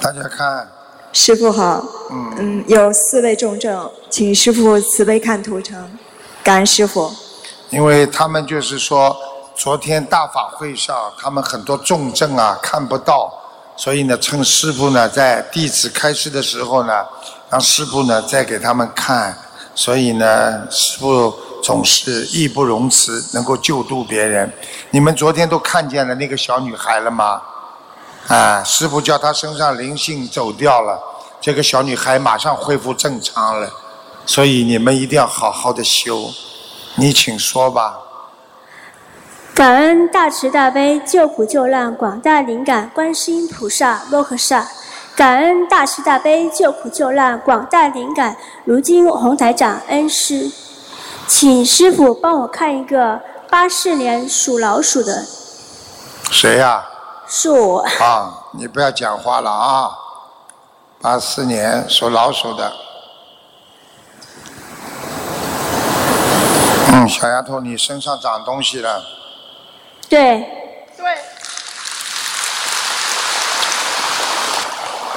大家看，师傅好，嗯，有四位重症，请师傅慈悲看图腾，感恩师傅。因为他们就是说，昨天大法会上，他们很多重症啊看不到，所以呢，趁师傅呢在弟子开示的时候呢，让师傅呢再给他们看，所以呢，师傅总是义不容辞，能够救度别人。你们昨天都看见了那个小女孩了吗？啊，师傅叫她身上灵性走掉了，这个小女孩马上恢复正常了，所以你们一定要好好的修。你请说吧，感恩大慈大悲救苦救难广大灵感观世音菩萨摩诃萨，感恩大慈大悲救苦救难广大灵感如今红台长恩师，请师傅帮我看一个八四年属老鼠的，谁呀、是我啊？你不要讲话了啊！八四年属老鼠的，嗯，小丫头，你身上长东西了，对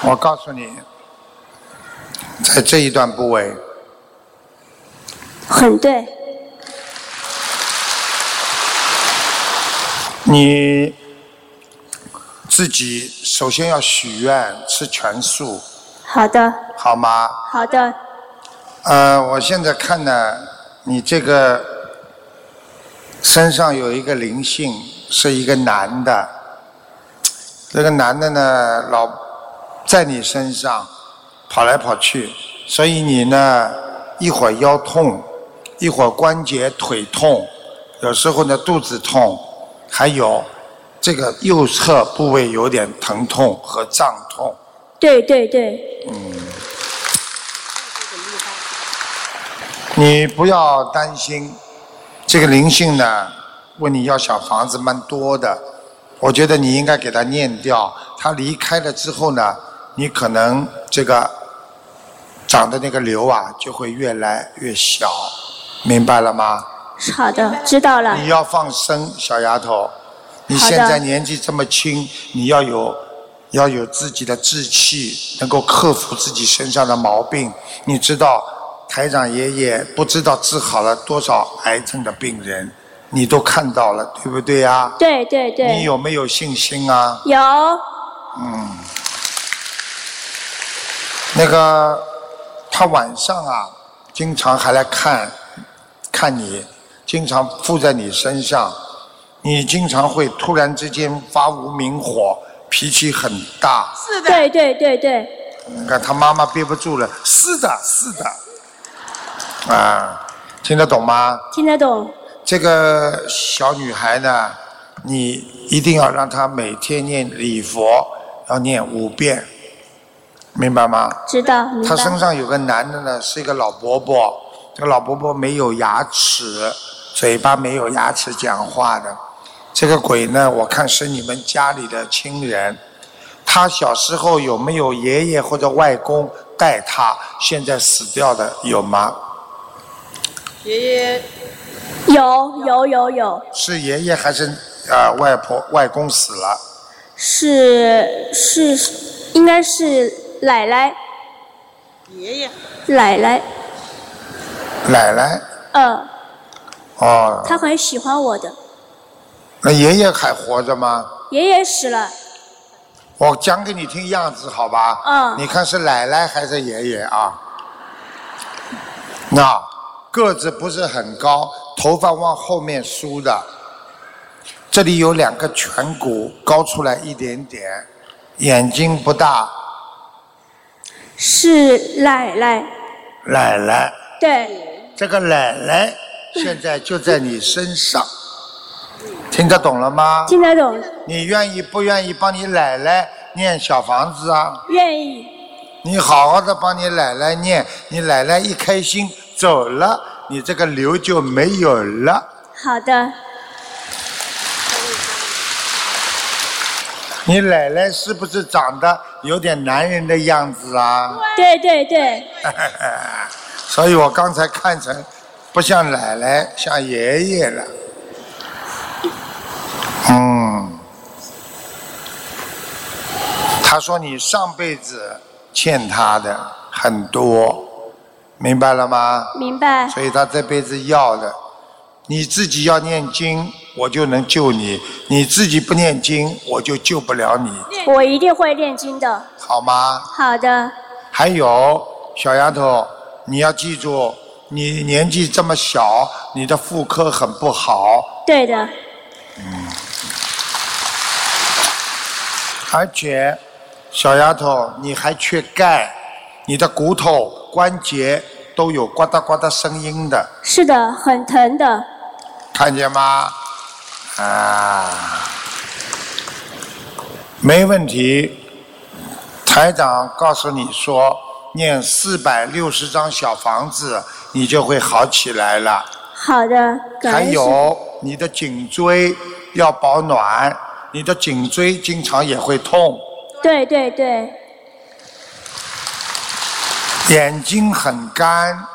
我告诉你，在这一段部位，很对，你自己首先要许愿吃全素，好的好吗？好的，呃，我现在看呢，你这个身上有一个灵性，是一个男的。这个男的呢，老在你身上跑来跑去，所以你呢，一会儿腰痛，一会儿关节腿痛，有时候呢肚子痛，还有这个右侧部位有点疼痛和胀痛。对对对，你不要担心，这个灵性呢，问你要小房子蛮多的，我觉得你应该给他念掉。他离开了之后呢，你可能这个长的那个瘤啊，就会越来越小，明白了吗？好的，知道了，你要放生，小丫头，你好的现在年纪这么轻，你要有要有自己的志气，能够克服自己身上的毛病。你知道，台长爷爷不知道治好了多少癌症的病人，你都看到了，对不对呀、对对对，你有没有信心啊？有那个他晚上啊，经常还来看看你，经常附在你身上，你经常会突然之间发无名火，脾气很大。是的，对对对对，你看他妈妈憋不住了，是的，是的，啊，听得懂吗？听得懂，这个小女孩呢，你一定要让她每天念礼佛，要念五遍，明白吗？知道明他身白，上有个男的呢，是一个老伯伯。这个老伯伯没有牙齿，嘴巴没有牙齿讲话的。这个鬼呢，我看是你们家里的亲人。他小时候有没有爷爷或者外公带他？现在死掉的有吗？爷爷有有有有，是爷爷还是呃外婆外公死了？是是应该是奶奶爷爷奶奶，奶奶嗯，哦，她很喜欢我的，那爷爷还活着吗？爷爷死了，我讲给你听样子好吧？嗯你看是奶奶还是爷爷啊？那个子不是很高，头发往后面梳的，这里有两个颧骨高出来一点点，眼睛不大，是奶奶，奶奶。对，这个奶奶现在就在你身上，听得懂了吗？听得懂，你愿意不愿意帮你奶奶念小房子啊？愿意，你好好的帮你奶奶念，你奶奶一开心走了，你这个瘤就没有了。好的，你奶奶是不是长得有点男人的样子啊？对对对，所以我刚才看成不像奶奶，像爷爷了。嗯，他说你上辈子欠他的很多，明白了吗？明白，所以他这辈子要的，你自己要念经，我就能救你；你自己不念经，我就救不了你，我一定会念经的。好吗？好的，还有小丫头，你要记住，你年纪这么小，你的妇科很不好，对的，而且小丫头你还缺钙，你的骨头关节都有呱嗒呱嗒声音的，是的，很疼的。看见吗？啊，没问题。台长告诉你说，念四百六十张小房子，你就会好起来了。好的，感还恩师有你的颈椎要保暖，你的颈椎经常也会痛，父对对对眼睛很干，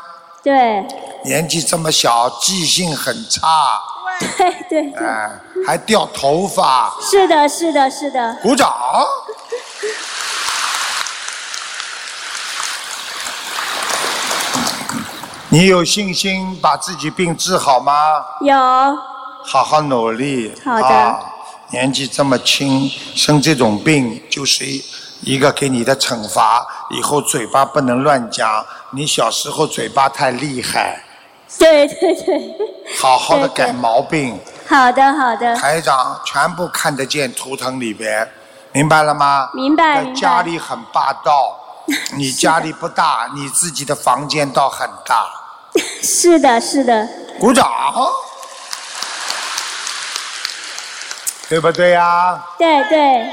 对 年纪这么小，记性很差，对对哎、对，还掉头发，是的，是的，是的，鼓掌。你有信心把自己病治好吗？有好好努力。好的啊年纪这么轻，生这种病就是一一个给你的惩罚，以后嘴巴不能乱讲。你小时候嘴巴太厉害，对对对，好好的对对改毛病。好的好的，台长全部看得见图腾里边，明白了吗？明白在明家白，里很霸道， 你家里不大，你自己的房间倒很大。是的是的，鼓掌，对不对呀、对对，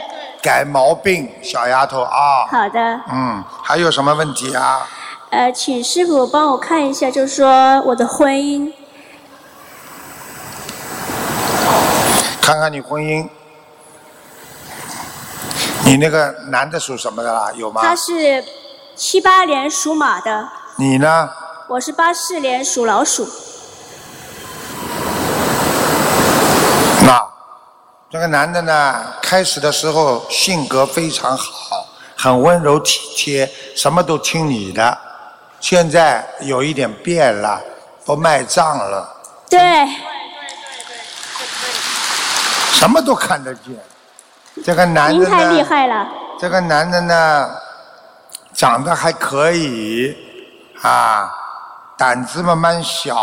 改毛病，小丫头啊。好的。嗯，还有什么问题啊？呃，请师傅帮我看一下，就说我的婚姻，看看你婚姻，你那个男的属什么的啦？有吗？他是七八年属马的，你呢？我是八四年属老鼠。那这个男的呢，开始的时候性格非常好，很温柔体贴，什么都听你的。现在有一点变了，不卖账了，对，什么都看得见。这个男您的太厉呢，害了，这个男的呢，长得还可以，啊，胆子慢慢小，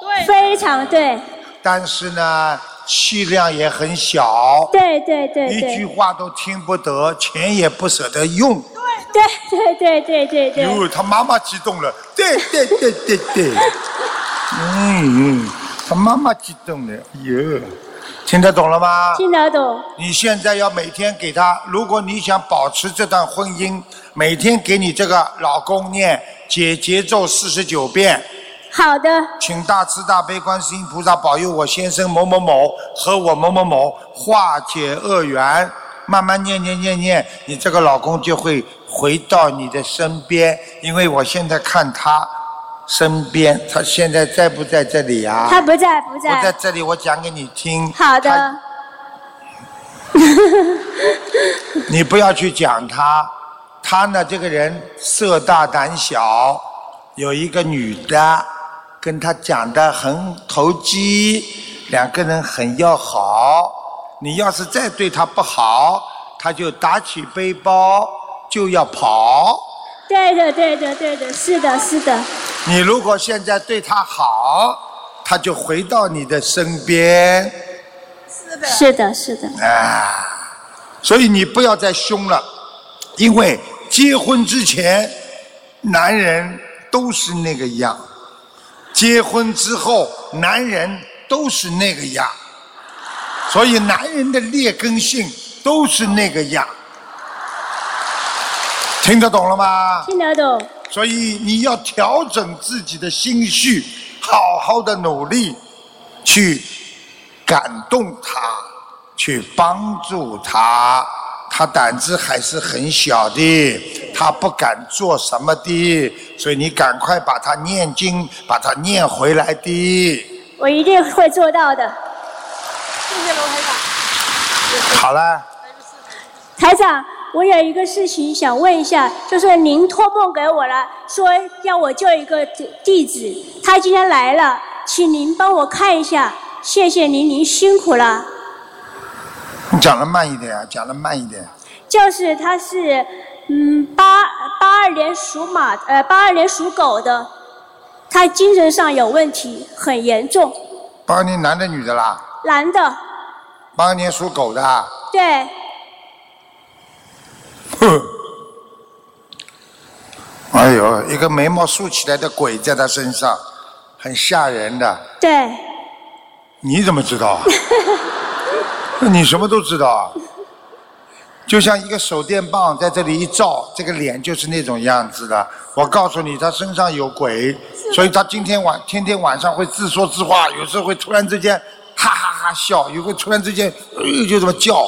对非常对，但是呢，气量也很小，对对对一句对，话都听不得，钱也不舍得用。对对对对对对，哟，他妈妈激动了，对对对对对，嗯嗯，他妈妈激动了，哟，听得懂了吗？听得懂，你现在要每天给他，如果你想保持这段婚姻，每天给你这个老公念解结咒四十九遍，好的，请大慈大悲观世音菩萨保佑我先生某某某和我某某某化解恶缘。慢慢念念念念，你这个老公就会回到你的身边。因为我现在看他身边，他现在在不在这里啊？他不在不我在在，这里，我讲给你听。他好的，你不要去讲他，他呢这个人色大胆小，有一个女的跟他讲的很投机，两个人很要好。你要是再对他不好，他就打起背包就要跑。对的对的对的，是的是的，你如果现在对他好，他就回到你的身边。是的，是的是的，所以你不要再凶了，因为结婚之前，男人都是那个样；结婚之后，男人都是那个样。所以男人的劣根性都是那个样，听得懂了吗？听得懂，所以你要调整自己的心绪，好好的努力去感动他，去帮助他。他胆子还是很小的，他不敢做什么的，所以你赶快把他念经，把他念回来的。我一定会做到的，谢谢罗台长。好了，台长，我有一个事情想问一下，就是您托梦给我了，说要我救一个弟弟子，他今天来了，请您帮我看一下，谢谢您，您辛苦了。你讲的慢一点啊，讲的慢一点。就是他是，嗯，八八二年属马，呃，八二年属狗的，他精神上有问题，很严重，八二年男的女的啦？男的，八二年属狗的啊，对，哼。哎呦，一个眉毛竖起来的鬼在他身上，很吓人的。对，你怎么知道啊？那你什么都知道啊？就像一个手电棒在这里一照，这个脸就是那种样子的。我告诉你，他身上有鬼，所以他今天晚天天晚上会自说自话，有时候会突然之间哈哈哈笑，有时候突然之间、呃、就这么叫。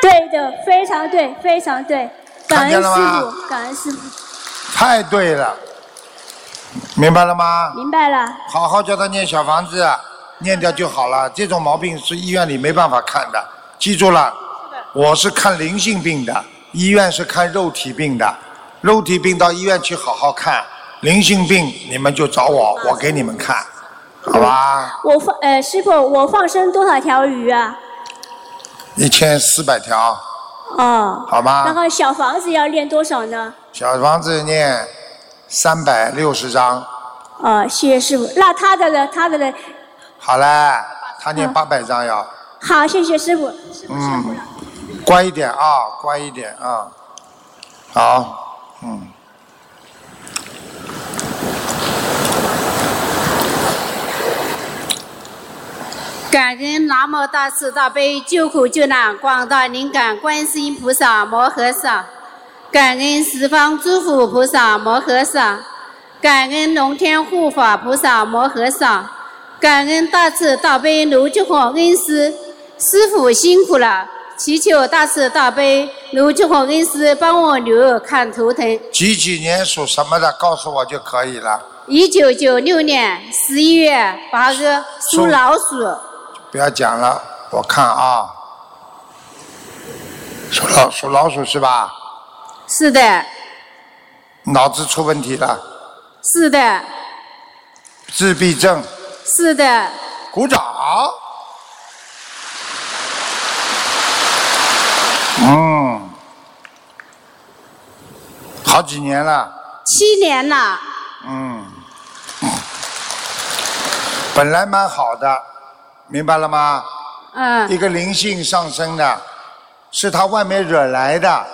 对的，非常对，非常对，感看见恩师了吗傅，感恩师傅，太对了，明白了吗？明白了，好好教他念小房子，啊念掉就好了。这种毛病是医院里没办法看的，记住了。我是看灵性病的，医院是看肉体病的。肉体病到医院去好好看，灵性病你们就找我，我给你们看，好吧？我放，呃，师傅，我放生多少条鱼啊？一千四百条，哦，好然吗？后小房子要练多少呢？小房子念三百六十章，哦，谢谢师傅。那他的呢？他的呢？好嘞，他念八百章要，好，谢谢师傅。嗯，乖一点啊，乖一点啊，好。感恩南无大慈大悲救苦救难广大灵感观世音菩萨摩诃萨，感恩十方诸佛菩萨摩诃萨，感恩龙天护法菩萨摩诃萨，感恩大慈大悲卢俊宏恩师，师傅辛苦了。祈求大慈大悲卢俊宏恩师帮我女儿看图腾。几几年属什么的，告诉我就可以了，一九九六年十一月八日属属老鼠。不要讲了。我看啊，属老属老鼠是吧？是的，脑子出问题了，是的，自闭症。是的。鼓掌。嗯，好几年了。七年了，本来蛮好的，明白了吗？嗯，一个灵性上升的，是他外面惹来的，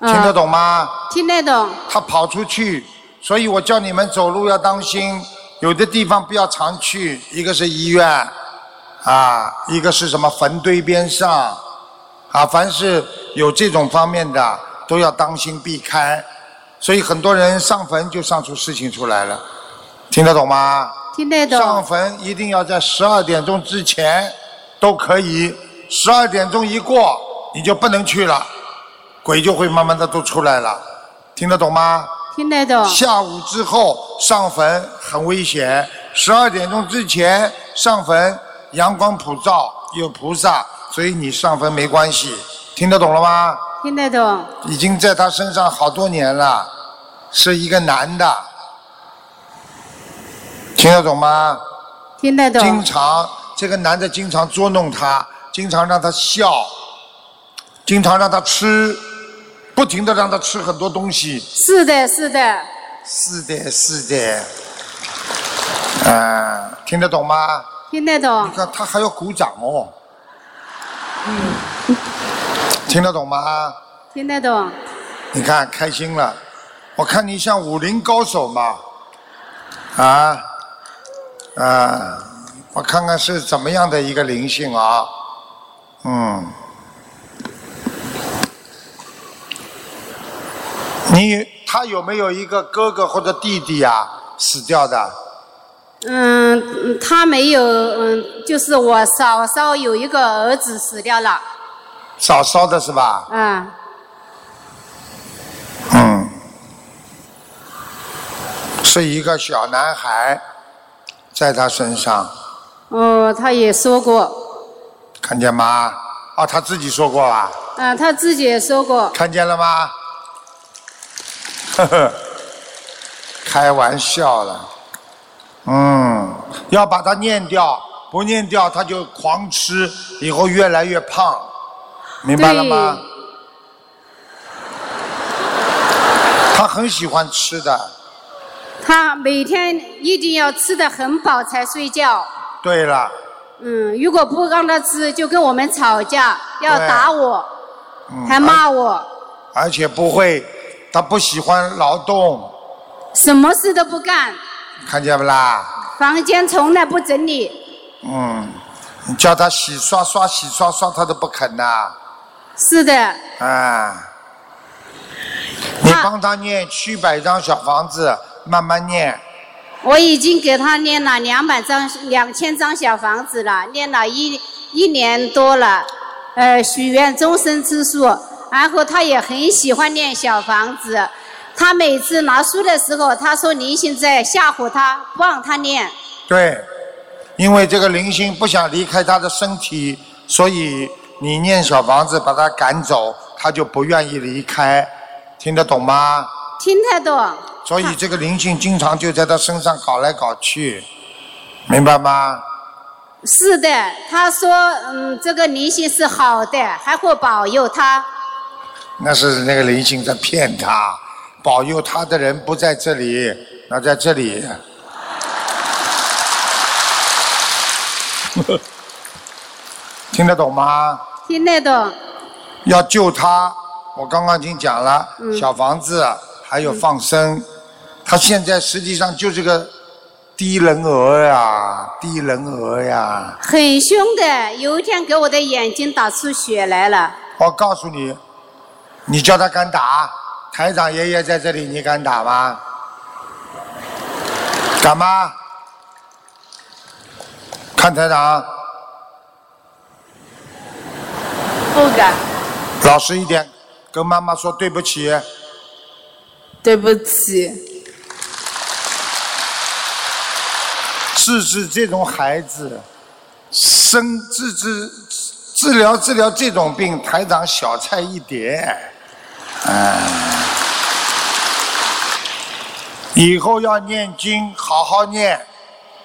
听得懂吗？听得懂，他跑出去，所以我叫你们走路要当心，有的地方不要常去，一个是医院，啊，一个是什么坟堆边上，啊，凡是有这种方面的都要当心避开，所以很多人上坟就上出事情出来了，听得懂吗？听得上懂，坟一定要在十二点钟之前都可以，十二点钟一过你就不能去了，鬼就会慢慢的都出来了，听得懂吗？听得懂，下午之后上坟很危险，十二点钟之前上坟，阳光普照有菩萨，所以你上坟没关系，听得懂了吗？听得懂，已经在他身上好多年了，是一个男的，听得懂吗？听得经懂，常这个男的经常捉弄她，经常让她笑，经常让她吃，不停的让她吃很多东西。是的，是的，是的，是的。啊、听得懂吗？听得你懂，看他还要鼓掌哦。听得懂吗？听得懂，你看开心了，我看你像武林高手嘛，啊啊，我看看是怎么样的一个灵性啊，嗯，你他有没有一个哥哥或者弟弟啊死掉的？嗯，嗯他没有，嗯，就是我嫂嫂有一个儿子死掉了，早烧的是吧？嗯，嗯，是一个小男孩，在他身上。哦，他也说过，看见吗？哦，他自己说过啊。啊，他自己也说过，看见了吗？ 呵呵，开玩笑了。嗯，要把它念掉，不念掉它就狂吃，以后越来越胖，明白了吗？他很喜欢吃的。他每天一定要吃的很饱才睡觉。对了，嗯，如果不让他吃，就跟我们吵架，要对嗯啊打我，还骂我，而且不会，他不喜欢劳动，什么事都不干，看见不啦？房间从来不整理。嗯，你叫他洗刷刷、洗刷刷，他都不肯呐、是的，啊。你帮他念七百张小房子，慢慢念。我已经给他念了两百张、两千张小房子了，念了一一年多了，呃，许愿终身吃素，然后他也很喜欢念小房子。他每次拿书的时候，他说您现在吓唬他，不让他念。对，因为这个灵性不想离开他的身体，所以你念小房子把他赶走，他就不愿意离开，听得懂吗？听得懂，所以这个灵性经常就在他身上搞来搞去，明白吗？是的，他说，嗯，这个灵性是好的，还会保佑他。那是那个灵性在骗他，保佑他的人不在这里，那在这里。 听得懂吗？听得懂，要救他，我刚刚已经讲了，小房子还有放生，他现在实际上就是个低能儿呀，低能儿呀！很凶的。有一天给我的眼睛打出血来了，我告诉你，你叫他敢打，台长爷爷在这里，你敢打吗？敢吗？看台长，不敢，老实一点，跟妈妈说对不起。对不起，治治这种孩子，生治治治疗治疗这种病，台长小菜一碟。哎嗯，以后要念经，好好念，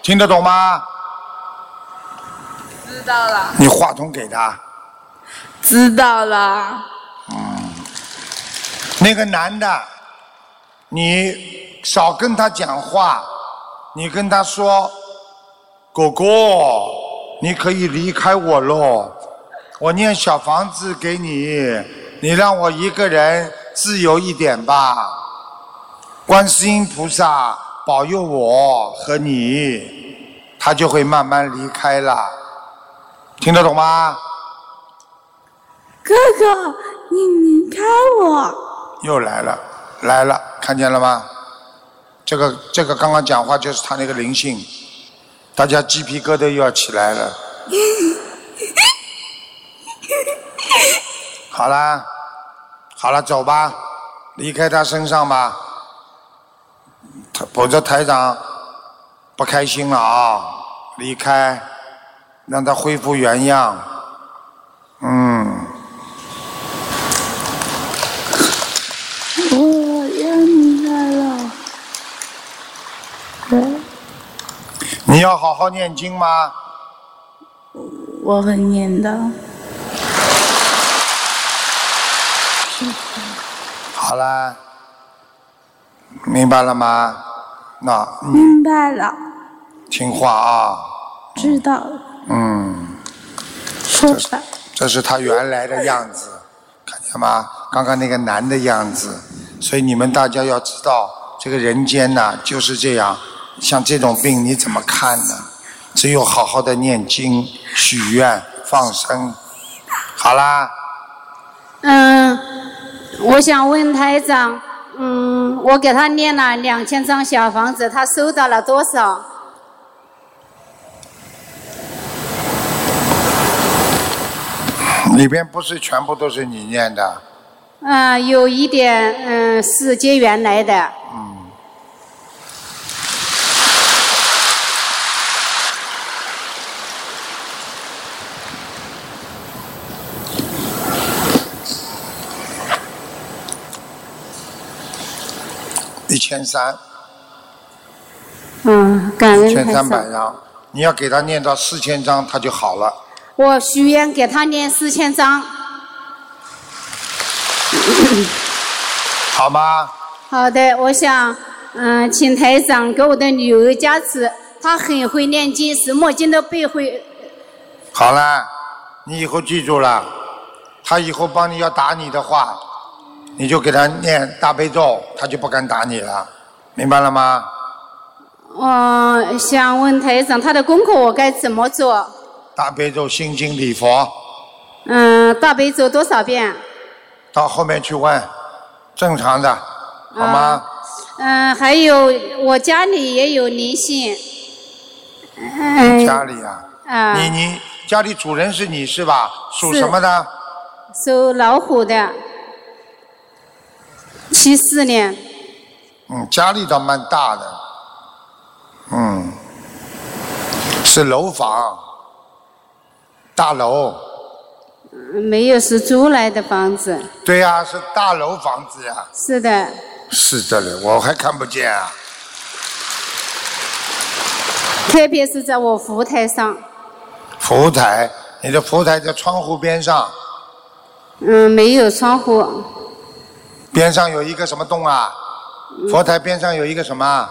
听得懂吗？知道了，你话筒给他。知道了，那个男的，你少跟他讲话，你跟他说：“狗狗，你可以离开我喽，我念小房子给你，你让我一个人自由一点吧。”观世音菩萨保佑我和你，他就会慢慢离开了，听得懂吗？哥哥，你离开我，又来了，来了，看见了吗？这个这个刚刚讲话就是他那个灵性，大家鸡皮疙瘩又要起来了。 好啦，好了，走吧，离开他身上吧。他否则台长不开心了啊！离开，让他恢复原样。我要你来了。你要好好念经吗？我很念的，好啦，明白了吗？那你明白了，听话啊，知道了，嗯，说吧，这是他原来的样子，看见吗？刚刚那个男的样子，所以你们大家要知道，这个人间呐、就是这样，像这种病你怎么看呢？只有好好的念经、许愿、放生，好啦，嗯，我想问台长，嗯，我给他念了两千张小房子，他收到了多少？里边不是全部都是你念的，嗯、有一点，嗯、是结缘来的。一千三，嗯，感一恩千菩三百萨。张，你要给他念到四千张，他就好了。我许愿给他念四千章，好吗？好的，我想，嗯、请台长给我的女儿加持，她很会念经，什么经都背会。好啦，你以后记住了，他以后帮你要打你的话，你就给他念大悲咒，他就不敢打你了，明白了吗？嗯、想问台长，她的功课我该怎么做？大悲咒、心经、礼佛，嗯、大悲咒多少遍？到后面去问，正常的，好吗？嗯、还有我家里也有灵性。嗯、家里啊，啊、你你家里主人是你是吧？属是什么的？属老虎的，七四年。嗯，家里倒蛮大的，嗯，是楼房，大楼。没有是租来的房子，对呀、是大楼房子呀、是的，是这里，我还看不见啊。特别是在我佛台上，佛台，你的佛台在窗户边上，嗯，没有窗户，边上有一个什么洞啊？佛台边上有一个什么啊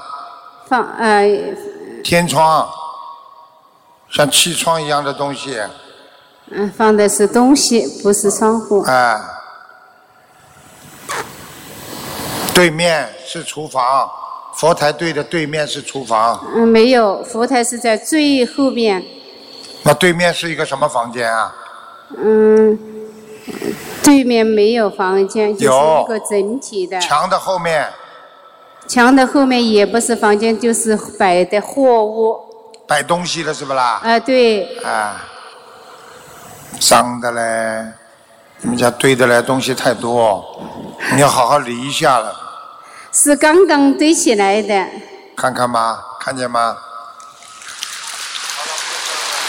放呃天窗，像气窗一样的东西，嗯、放的是东西，不是窗户。哎。对面是厨房，佛台对的对面是厨房，嗯，没有，佛台是在最后面，那对面是一个什么房间啊？嗯，对面没有房间，就是有一个整体的。墙的后面墙的后面也不是房间，就是摆的货物。摆东西了是不啦？啊、对，啊，脏的嘞，你们家堆的嘞东西太多，你要好好理一下了，是刚刚堆起来的看看吧，看见吗？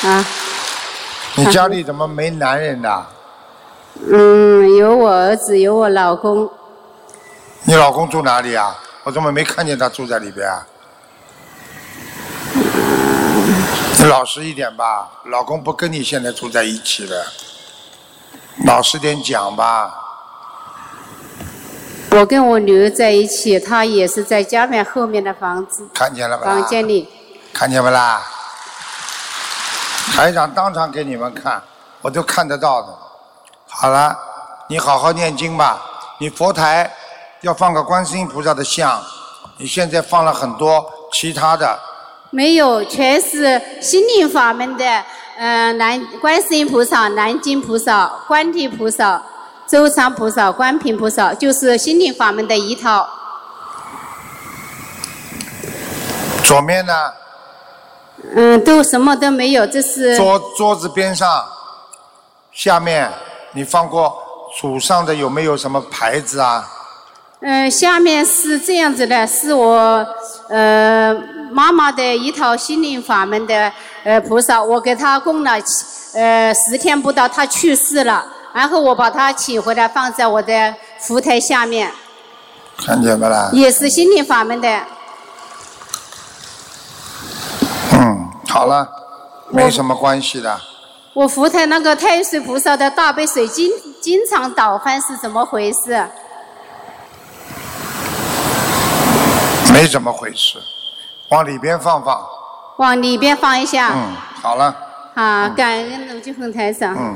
啊。你家里怎么没男人呐？嗯，有我儿子，有我老公，你老公住哪里啊？我怎么没看见他住在里边啊？你老实一点吧，老公不跟你现在住在一起了，老实点讲吧。我跟我女儿在一起，她也是在家面后面的房子看见了吧？房间里。看见不啦？台长当场给你们看，我都看得到的。好了，你好好念经吧。你佛台要放个观世音菩萨的像，你现在放了很多其他的，没有，全是心灵法门的，呃，南观世音菩萨、南京菩萨、观地菩萨、周长菩萨、观平菩萨，就是心灵法门的一套。左面呢，嗯，都什么都没有，这是桌桌子边上，下面你放过祖上的有没有什么牌子啊？嗯、下面是这样子的，是我呃妈妈的一套心灵法门的呃菩萨，我给她供了七呃十天不到，她去世了，然后我把她请回来放在我的佛台下面，看见不啦？也是心灵法门的。嗯，好了，没什么关系的。我佛台那个太岁菩萨的大杯水经经常倒翻，是怎么回事？没怎么回事，往里边放放。往里边放一下。嗯，好了，啊，感恩卢俊宏台长。嗯，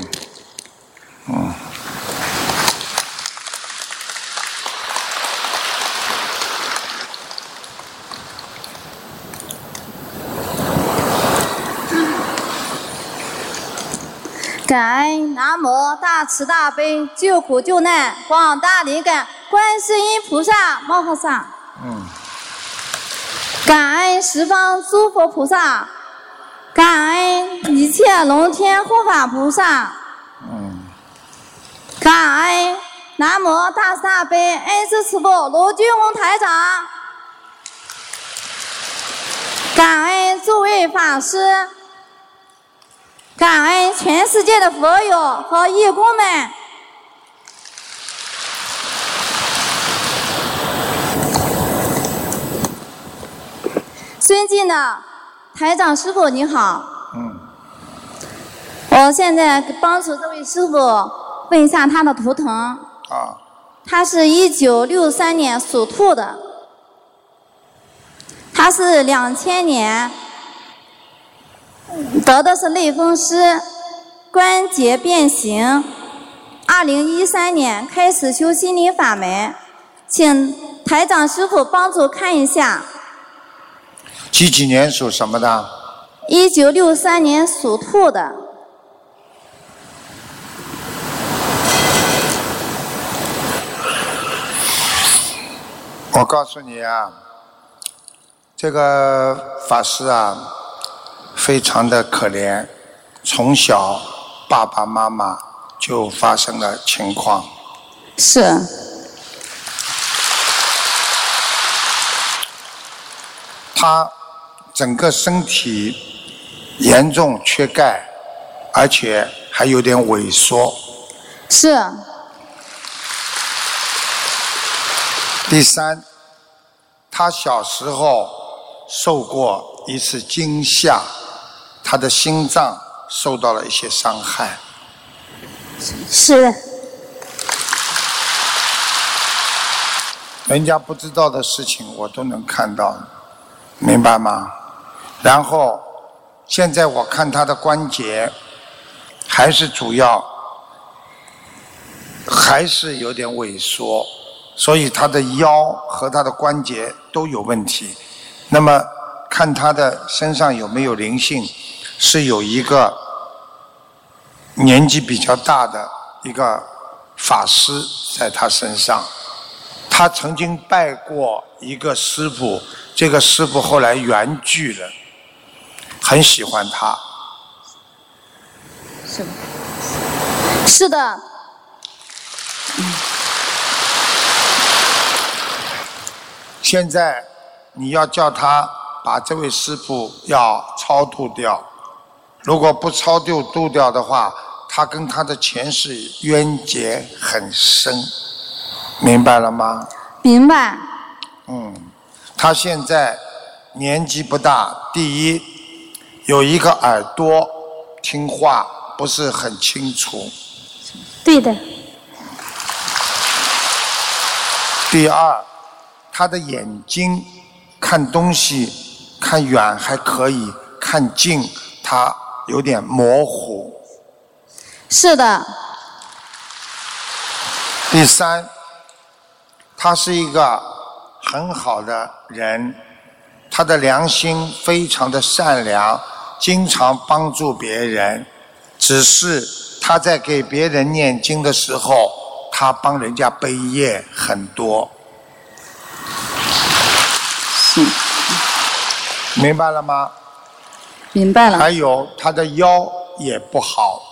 感恩南无大慈大悲救苦救难广大灵感观世音菩萨摩诃萨。感恩十方诸佛菩萨，感恩一切龙天护法菩萨。感恩南无大慈大悲恩师慈父卢俊宏台长。感恩诸位法师。感恩全世界的佛友和义工们。尊敬的台长师傅你好，嗯，我现在帮助这位师傅问一下他的图腾，啊，他是一九六三年属兔的，他是两千年得的是类风湿，关节变形。二零一三年开始修心灵法门，请台长师傅帮助看一下。几几年属什么的？一九六三年属兔的，我告诉你啊，这个法师啊，非常的可怜，从小爸爸妈妈就发生了情况，是他整个身体严重缺钙，而且还有点萎缩。是第三，他小时候受过一次惊吓，他的心脏受到了一些伤害。是的，人家不知道的事情我都能看到，明白吗？然后现在我看他的关节还是主要还是有点萎缩，所以他的腰和他的关节都有问题。那么看他的身上有没有灵性，是有一个年纪比较大的一个法师在他身上。他曾经拜过一个师傅，这个师傅后来圆寂了，很喜欢他。是的，现在你要叫他把这位师傅要超度掉，如果不超度度掉的话，他跟他的前世冤结很深，明白了吗？嗯明白，他现在年纪不大，第一有一个耳朵听话不是很清楚，对的，第二他的眼睛看东西看远还可以，看近他有点模糊。是的，第三，他是一个很好的人，他的良心非常的善良，经常帮助别人。只是他在给别人念经的时候，他帮人家背业很多。明白了吗？明白了，还有他的腰也不好，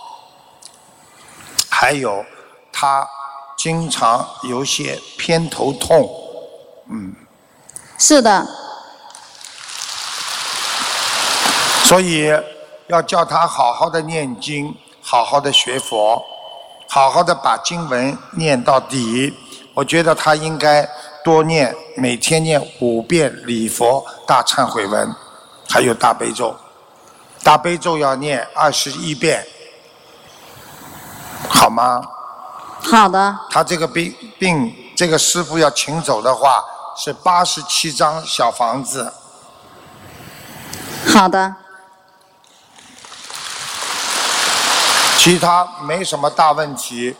还有他经常有些偏头痛。嗯是的，所以要叫他好好的念经，好好的学佛，好好的把经文念到底。我觉得他应该多念，每天念五遍礼佛大忏悔文，还有大悲咒。大悲咒要念二十一遍，好吗？好的，他这个病病，这个师傅要请走的话，是八十七张小房子。好的，其他没什么大问题，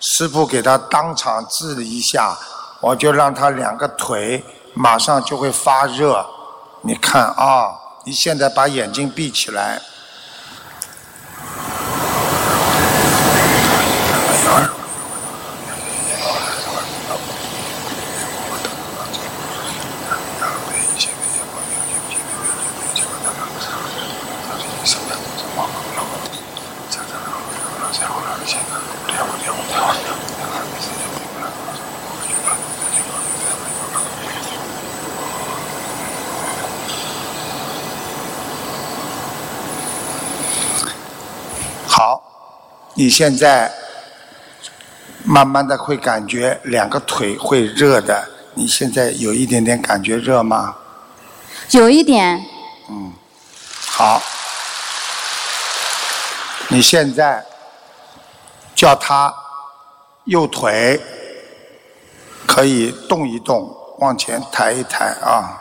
师傅给他当场治了一下，我就让他两个腿马上就会发热。你看啊、你现在把眼睛闭起来。好，你现在慢慢的会感觉两个腿会热的，你现在有一点点感觉热吗？久一点，好，你现在叫他右腿可以动一动，往前抬一抬啊。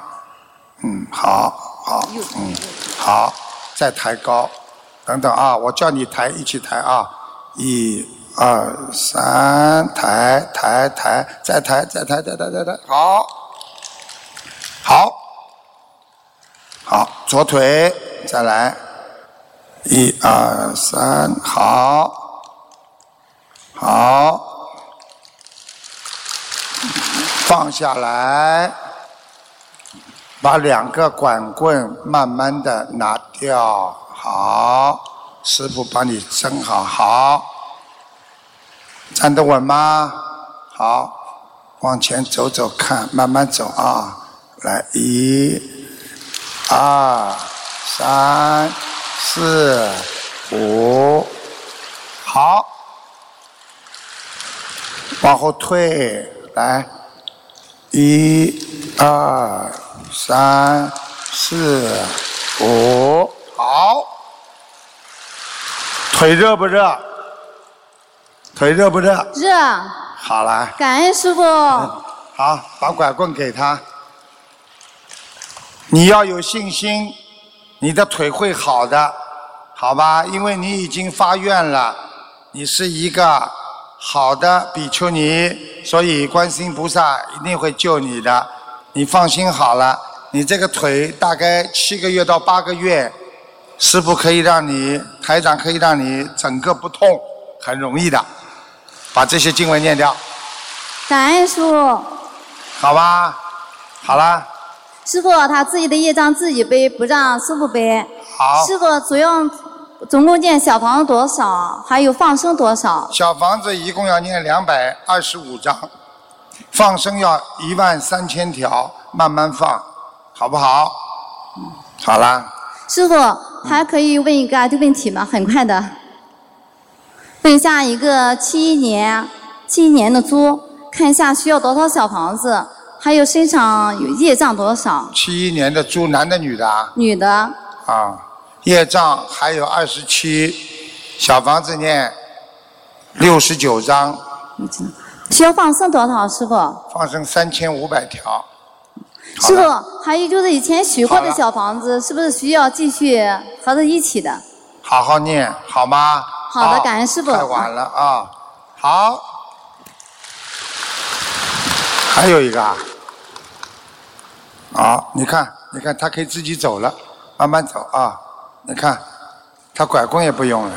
嗯，好，好，嗯，好，再抬高，等等啊，我叫你抬，一起抬啊，一。二三，抬抬抬，再抬再抬再抬再抬，好，好，好，左腿再来，一二三，好，好，放下来，把两个管棍慢慢的拿掉，好，师傅帮你整好，好，站得稳吗？好，往前走走看，慢慢走啊，来一。二、三、四、五，好，往后退，来，一、二、三、四、五，好，腿热不热？腿热不热？热，好啦，感恩师傅。嗯好，把拐棍给他。你要有信心，你的腿会好的，好吧？因为你已经发愿了，你是一个好的比丘尼，所以观世音菩萨一定会救你的。你放心好了，你这个腿大概七个月到八个月，师傅可以让你，台长可以让你整个不痛，很容易的。把这些经文念掉，感恩师傅。好吧？好啦，师傅他自己的业障自己背，不让师傅背。好。师傅主要总共建小房子多少？还有放生多少？小房子一共要念两百二十五章，放生要一万三千条，慢慢放，好不好？嗯好啦，师傅还可以问一个问题吗？很快的，问一下一个七一年七一年的猪，看一下需要多少小房子，还有身上有业障多少？七一年的猪，男的女的啊？女的啊，业障还有二十七，小房子念六十九章，需要放生多少？师傅，放生三千五百条。好师的傅，还有就是以前许过的小房子，是不是需要继续合在一起的？好好念，好吗？好的啊感恩师傅太晚了啊，好，还有一个啊，好，你看，你看，他可以自己走了，慢慢走啊，你看，他拐棍也不用了，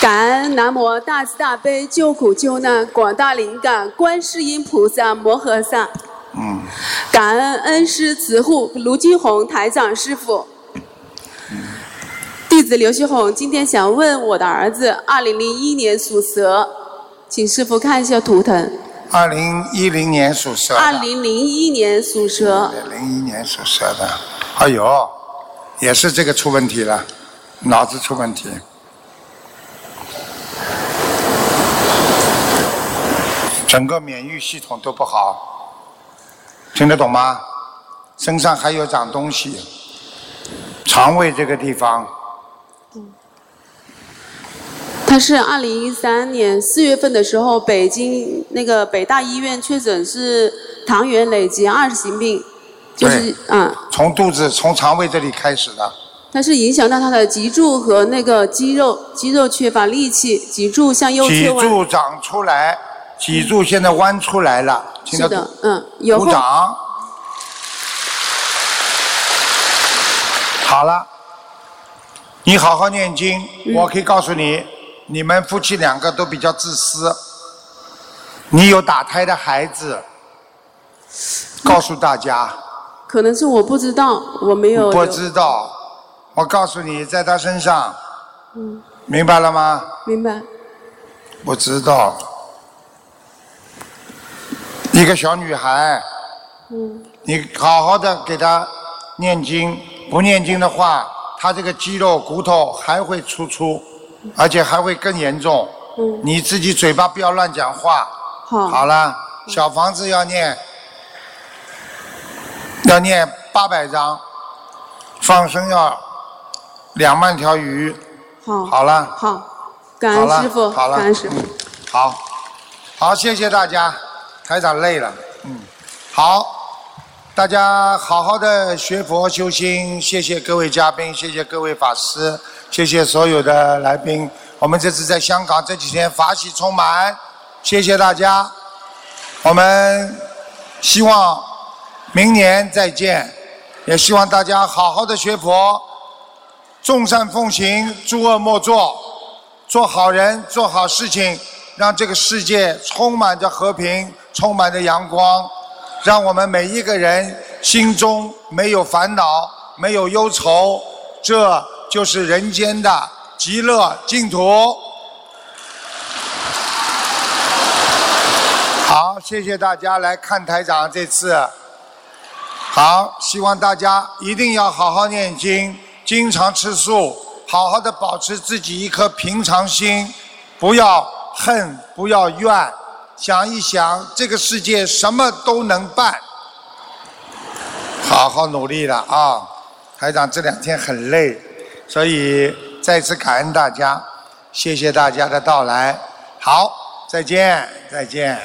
感恩南无大慈大悲救苦救难广大灵感观世音菩萨摩诃萨。嗯，感恩恩师慈护卢金红台长师傅。弟子刘旭红今天想问我的儿子，二零零一年属蛇，请师傅看一下图腾。二零一零年属蛇的，二零零一年属蛇，零一年属蛇的，哎呦，也是这个出问题了，脑子出问题。整个免疫系统都不好，听得懂吗？身上还有长东西，肠胃这个地方，他是二零一三年四月份的时候，北京那个北大医院确诊是糖原累及二型病，就是对嗯，从肚子、从肠胃这里开始的，它是影响到他的脊柱和那个肌肉，肌肉缺乏力气，脊柱向右脊侧弯。柱长出来，脊柱现在弯出来了，听是得懂的？，嗯，有鼓后掌。好了，你好好念经。嗯我可以告诉你，你们夫妻两个都比较自私。你有打胎的孩子，告诉大家，可能是我不知道，我没有我有知道。我告诉你，在他身上，嗯明白了吗？明白。我知道，一个小女孩，嗯你好好的给她念经，不念经的话，她这个肌肉骨头还会突出，嗯而且还会更严重。你自己嘴巴不要乱讲话。好，好了，小房子要念要念八百章，放生要两万条鱼。好，好了，好，感恩师傅，好了，感恩师傅。嗯好，好，谢谢大家，台长累了，嗯，好，大家好好的学佛修心，谢谢各位嘉宾，谢谢各位法师，谢谢所有的来宾。我们这次在香港这几天法喜充满，谢谢大家。我们希望明年再见，也希望大家好好的学佛，众善奉行，诸恶莫作。做好人，做好事情，让这个世界充满着和平，充满着阳光，让我们每一个人心中没有烦恼，没有忧愁，这就是人间的极乐净土。好，谢谢大家来看台长这次。好，希望大家一定要好好念经，经常吃素，好好的保持自己一颗平常心，不要恨，不要怨，想一想这个世界什么都能办，好好努力了啊！台长这两天很累，所以再次感恩大家，谢谢大家的到来。好，再见，再见。